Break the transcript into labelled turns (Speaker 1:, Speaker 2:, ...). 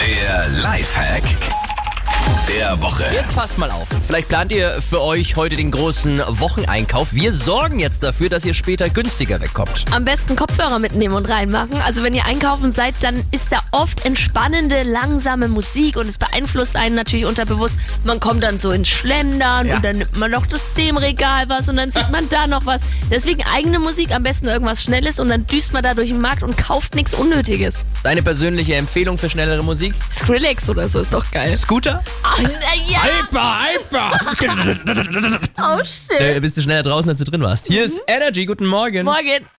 Speaker 1: Der Lifehack der Woche.
Speaker 2: Jetzt passt mal auf. Vielleicht plant ihr für euch heute den großen Wocheneinkauf. Wir sorgen jetzt dafür, dass ihr später günstiger wegkommt.
Speaker 3: Am besten Kopfhörer mitnehmen und reinmachen. Also wenn ihr einkaufen seid, dann ist da oft entspannende, langsame Musik und es beeinflusst einen natürlich unterbewusst. Man kommt dann so ins Schlendern
Speaker 2: Ja.
Speaker 3: und dann nimmt man noch das dem Regal was und dann sieht man da noch was. Deswegen eigene Musik, am besten irgendwas Schnelles und dann düst man da durch den Markt und kauft nichts Unnötiges.
Speaker 2: Deine persönliche Empfehlung für schnellere Musik?
Speaker 3: Skrillex oder so ist doch geil.
Speaker 2: Scooter?
Speaker 3: Ach, na ja.
Speaker 2: Hyper, hyper!
Speaker 3: Oh shit.
Speaker 2: äh, bist du schneller draußen, als du drin warst. Hier ist Energy. Guten Mhm. Morgen.
Speaker 3: Morgen.